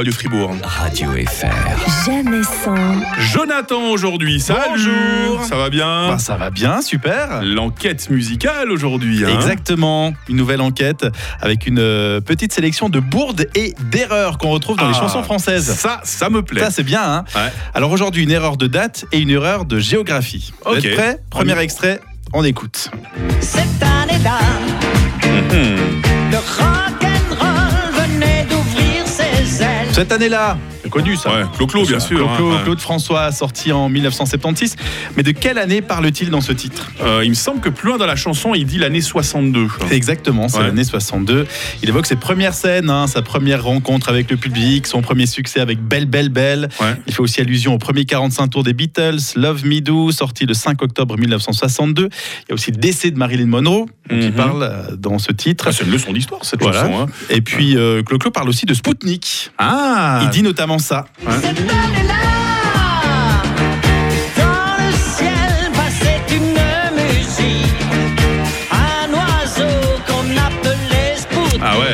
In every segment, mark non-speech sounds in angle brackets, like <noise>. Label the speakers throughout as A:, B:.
A: Radio Fribourg.
B: Radio FR.
C: Jamais sans,
A: Jonathan aujourd'hui, salut
D: Bonjour.
A: Ça va bien
D: Ben, ça va bien, super.
A: L'enquête musicale aujourd'hui. hein
D: Exactement, une nouvelle enquête avec une euh, petite sélection de bourdes et d'erreurs qu'on retrouve dans les
A: Ah,
D: chansons françaises.
A: Ça, ça me plaît.
D: Ça c'est bien, hein
A: Ouais.
D: Alors aujourd'hui, une erreur de date et une erreur de géographie. Vous
A: Ok.
D: êtes prêts
A: On y
D: Premier
A: va.
D: extrait, on écoute.
E: Cette année-là,
A: Mhm.
E: le rock'n'roll venait d'ouvrir ses ailes.
D: Cette année-là, c'est connu ça.
A: Ouais, Clo-Clo, bien sûr. hein,
D: Clo-Clo,
A: ouais.
D: Claude François, sorti en 1976. Mais de quelle année parle-t-il dans ce titre
A: Euh, il me semble que plus loin dans la chanson, il dit l'année 62.
D: Exactement, c'est
A: Ouais.
D: l'année 62. Il évoque ses premières scènes, hein, sa première rencontre avec le public, son premier succès avec Belle Belle Belle.
A: Ouais.
D: Il fait aussi allusion au premier 45 tours des Beatles, Love Me Do, sorti le 5 octobre 1962. Il y a aussi le décès de Marilyn Monroe, qui
A: Mhm.
D: parle euh, dans ce titre.
A: Ah, c'est une leçon d'histoire cette
D: Voilà.
A: chanson. hein.
D: Et puis, euh, Clo-Clo parle aussi de Spoutnik.
A: Ah
D: Il dit notamment ça.
A: Hein?
E: Cette année-là, dans le ciel passait une musique. Un oiseau qu'on appelait Spoutnik.
A: Ah ouais.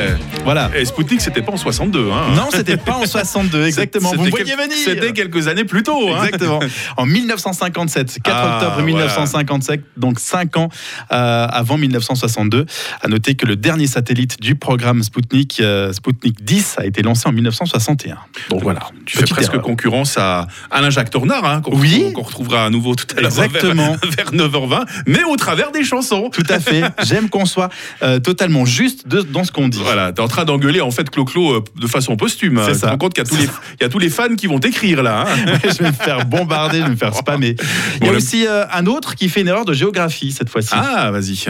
D: Voilà.
A: Et Spoutnik, c'était pas en 62. Hein.
D: Non,
A: <laughs>
D: c'était pas en 62, exactement.
A: C'était
D: Vous me
A: quel-
D: voyez venir
A: C'était quelques années plus tôt. hein.
D: Exactement. En 1957, 4
A: Ah,
D: octobre
A: voilà.
D: 1957, donc 5 ans euh, avant 1962. À noter que le dernier satellite du programme Sputnik, euh, Sputnik 10, a été lancé en 1961. Donc voilà.
A: Tu fais
D: Petite
A: presque
D: erreur.
A: concurrence à Alain-Jacques Tornard, hein, qu'on
D: Oui.
A: qu'on retrouvera à nouveau tout à l'heure vers,
D: Exactement.
A: <laughs> vers 9h20, mais au travers des chansons.
D: Tout à fait. J'aime qu'on soit euh, totalement juste de- dans ce qu'on dit.
A: Voilà, t'es en train d'engueuler en fait Clo-Clo euh, de façon posthume. hein.
D: C'est
A: Tu te
D: ça.
A: rends compte qu'il y, a tous les- il y a tous les fans qui vont t'écrire là. hein.
D: <laughs> je vais me faire bombarder, je vais me faire spammer. Il y
A: Bon,
D: a
A: le-
D: aussi euh, un autre qui fait une erreur de géographie cette fois-ci.
A: Ah, vas-y.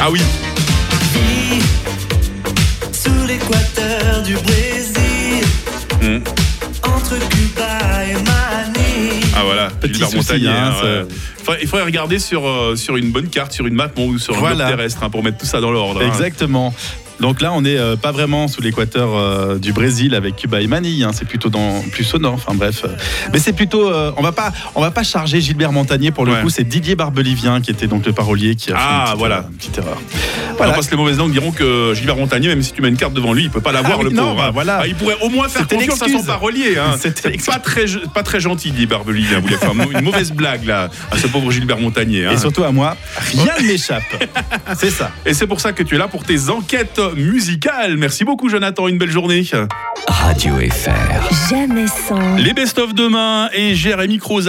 A: Ah oui,
F: sous l'équateur du Brésil,
A: Hmm.
F: entre Cuba et Manille.
A: ah voilà,
D: Petit
A: Gilbert
D: souci,
A: Montagnier,
D: hein,
A: hein,
D: ça-
A: ouais. Faudrait- il faudrait regarder sur, euh, sur une bonne carte, sur une map bon, ou sur un globe
D: Voilà.
A: terrestre hein, pour mettre tout ça dans l'ordre. hein.
D: Exactement. Donc là, on n'est euh, pas vraiment sous l'équateur euh, du Brésil avec Cuba et Manille. hein. c'est plutôt dans plus au nord. Enfin bref, euh, mais c'est plutôt. euh, on va pas, on va pas charger Gilbert Montagnier pour le
A: Ouais.
D: coup. C'est Didier Barbelivien qui était donc le parolier qui a fait
A: Ah,
D: une petite,
A: voilà.
D: euh, une petite erreur.
A: Non,
D: Voilà.
A: parce que les mauvaises langues diront que Gilbert Montagnier, même si tu mets une carte devant lui, il peut pas l'avoir
D: Ah oui,
A: le
D: non,
A: pauvre.
D: bah
A: hein.
D: voilà.
A: Ah, il pourrait au moins faire
D: C'était
A: confiance à son
D: l'excuse.
A: parolier. hein.
D: <laughs> C'était
A: C'est
D: l'excuse.
A: pas très, ge- pas très gentil, dit Barbeli. Vous voulez faire une mauvaise blague là à ce pauvre Gilbert Montagnier. hein.
D: Et surtout à moi, rien ne m'échappe. C'est ça.
A: Et c'est pour ça que tu es là pour tes enquêtes musicales. Merci beaucoup, Jonathan. Une belle journée.
B: Radio FR.
C: jamais sans.
A: Les best-of demain et Jérémy Croza.